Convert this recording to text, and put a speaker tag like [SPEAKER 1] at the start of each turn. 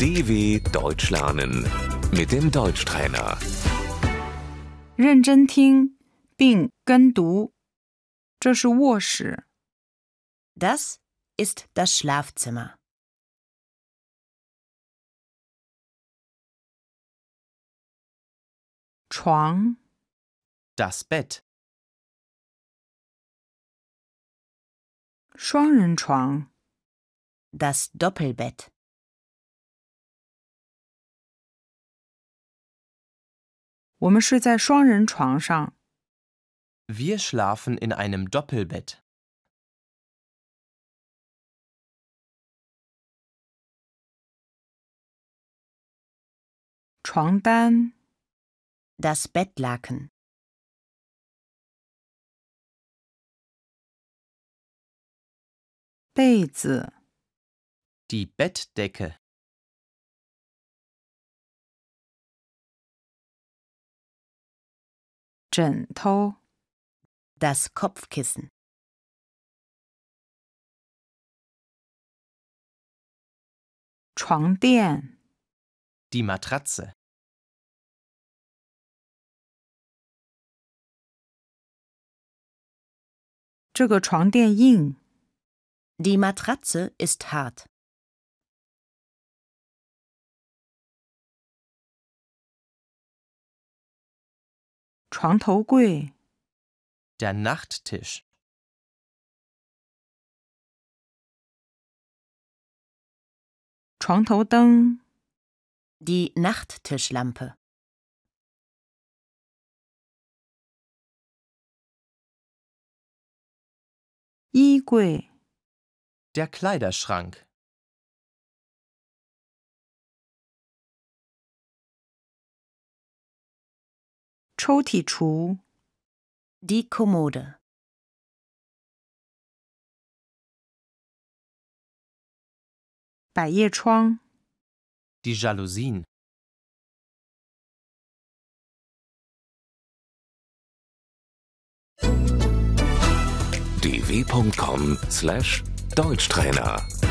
[SPEAKER 1] DW Deutsch lernen mit dem Deutschtrainer.
[SPEAKER 2] 认真听并跟读。这是卧室，
[SPEAKER 3] Das ist das Schlafzimmer.
[SPEAKER 2] 床、
[SPEAKER 4] Das Bett,
[SPEAKER 2] 双人床、
[SPEAKER 3] Das Doppelbett.
[SPEAKER 2] 我们睡在双人床上。
[SPEAKER 4] wir schlafen in einem Doppelbett.
[SPEAKER 2] 床单、
[SPEAKER 3] Das Bettlaken.
[SPEAKER 2] 被子、
[SPEAKER 4] Die Bettdecke,
[SPEAKER 2] 枕头、
[SPEAKER 3] Das Kopfkissen.
[SPEAKER 2] 床垫、
[SPEAKER 4] die Matratze,
[SPEAKER 2] 这个床垫硬、
[SPEAKER 3] Die Matratze ist hart.
[SPEAKER 2] 床头柜、
[SPEAKER 4] der Nachttisch,
[SPEAKER 2] 床头灯、
[SPEAKER 3] Die Nachttischlampe.
[SPEAKER 2] 衣柜、
[SPEAKER 4] der Kleiderschrank,
[SPEAKER 2] 抽屉橱、
[SPEAKER 3] Die Kommode.
[SPEAKER 2] 百叶窗、
[SPEAKER 4] die Jalousien,
[SPEAKER 1] dw.com/deutschtrainer